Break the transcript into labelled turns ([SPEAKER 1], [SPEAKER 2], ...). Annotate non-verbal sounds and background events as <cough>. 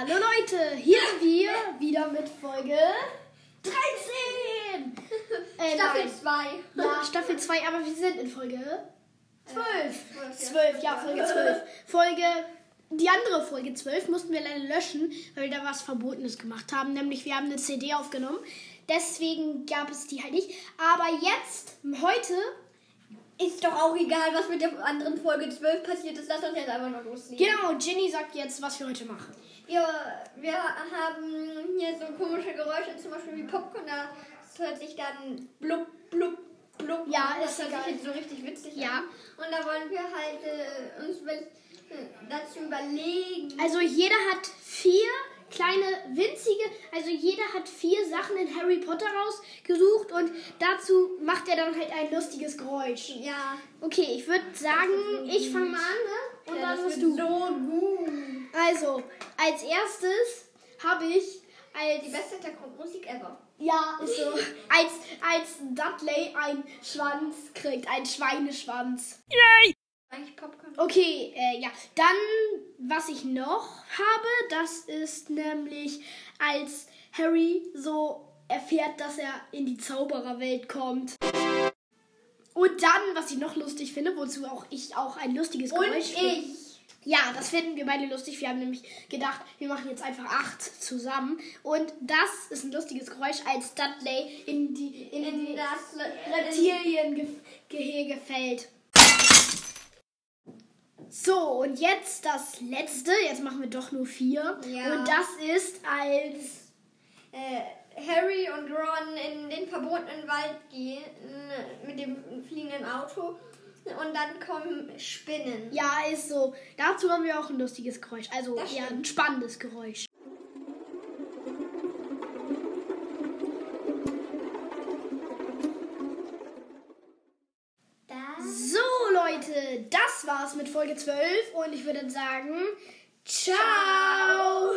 [SPEAKER 1] Leute, hier sind wir wieder mit Folge
[SPEAKER 2] <laughs>
[SPEAKER 1] 13! Äh,
[SPEAKER 2] Staffel
[SPEAKER 1] nein.
[SPEAKER 2] 2.
[SPEAKER 1] Ja, Staffel 2, aber wir sind in Folge 12.
[SPEAKER 2] Äh, Zwölf,
[SPEAKER 1] 12, ja, Folge 12. Folge, die andere Folge 12 mussten wir leider löschen, weil wir da was Verbotenes gemacht haben. Nämlich, wir haben eine CD aufgenommen. Deswegen gab es die halt nicht. Aber jetzt, heute,
[SPEAKER 2] Ist doch auch egal, was mit der anderen Folge 12 passiert ist. Lass uns jetzt einfach noch loslegen.
[SPEAKER 1] genau, Ginny sagt jetzt, was wir heute machen.
[SPEAKER 2] Wir, wir haben hier so komische Geräusche, zum Beispiel wie Popcorn. Da das hört sich dann blub, blub, blub.
[SPEAKER 1] Ja,
[SPEAKER 2] an. das
[SPEAKER 1] ist
[SPEAKER 2] hört
[SPEAKER 1] egal.
[SPEAKER 2] sich jetzt so richtig witzig
[SPEAKER 1] Ja.
[SPEAKER 2] an. Und da wollen wir halt äh, uns wel- äh, dazu überlegen.
[SPEAKER 1] Also jeder hat vier kleine winzige, also jeder hat vier Sachen in Harry Potter rausgesucht und dazu macht er dann halt ein lustiges Geräusch.
[SPEAKER 2] Ja.
[SPEAKER 1] Okay, ich würde sagen, ich fange mal an, ne? Und
[SPEAKER 2] Hm, ja,
[SPEAKER 1] dann
[SPEAKER 2] das
[SPEAKER 1] bist du.
[SPEAKER 2] wird so gut.
[SPEAKER 1] Also, als erstes habe ich
[SPEAKER 2] Die
[SPEAKER 1] als
[SPEAKER 2] beste Hintergrundmusik ever.
[SPEAKER 1] ja, ist so, als als Dudley einen Schwanz kriegt, einen Schweineschwanz.
[SPEAKER 2] Eigentlich Popcorn.
[SPEAKER 1] Okay, äh, ja. Dann, was ich noch habe, das ist nämlich, als Harry so erfährt, dass er in die Zaubererwelt kommt. Und dann, was ich noch lustig finde, wozu auch ich auch ein lustiges
[SPEAKER 2] Und
[SPEAKER 1] Geräusch finde.
[SPEAKER 2] ich.
[SPEAKER 1] Ja, das finden wir beide lustig. Wir haben nämlich gedacht, wir machen jetzt einfach acht zusammen. Und das ist ein lustiges Geräusch, als Dudley in die in,
[SPEAKER 2] In äh,
[SPEAKER 1] die
[SPEAKER 2] das
[SPEAKER 1] Reptiliengehege fällt. So, und jetzt das letzte. Jetzt machen wir doch nur vier.
[SPEAKER 2] Ja.
[SPEAKER 1] Und das ist als.
[SPEAKER 2] äh, Harry und Ron in den verbotenen Wald gehen äh, mit dem fliegenden Auto und dann kommen Spinnen.
[SPEAKER 1] Ja, ist so. Dazu haben wir auch ein lustiges Geräusch. Also
[SPEAKER 2] Das
[SPEAKER 1] eher ein
[SPEAKER 2] stimmt.
[SPEAKER 1] spannendes Geräusch.
[SPEAKER 2] Das
[SPEAKER 1] So, Leute, das war's mit Folge 12. Und ich würde sagen, ciao.